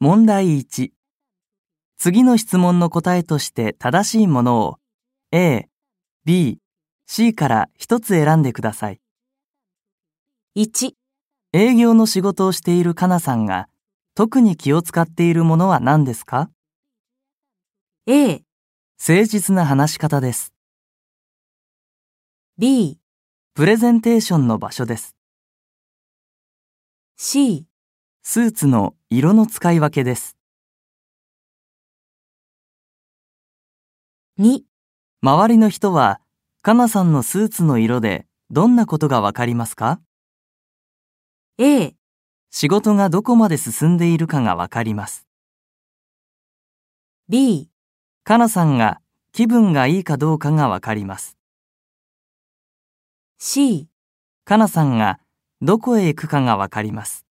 問題1。次の質問の答えとして正しいものを A、B、C から一つ選んでください。 1、営業の仕事をしているかなさんが特に気を使っているものは何ですか A、誠実な話し方です。 B、プレゼンテーションの場所です。 C、スーツの色の使い分けです。 2、周りの人はかなさんのスーツの色でどんなことがわかりますか A、仕事がどこまで進んでいるかがわかります。 B、かなさんが気分がいいかどうかがわかります。 C。かなさんがどこへ行くかがわかります。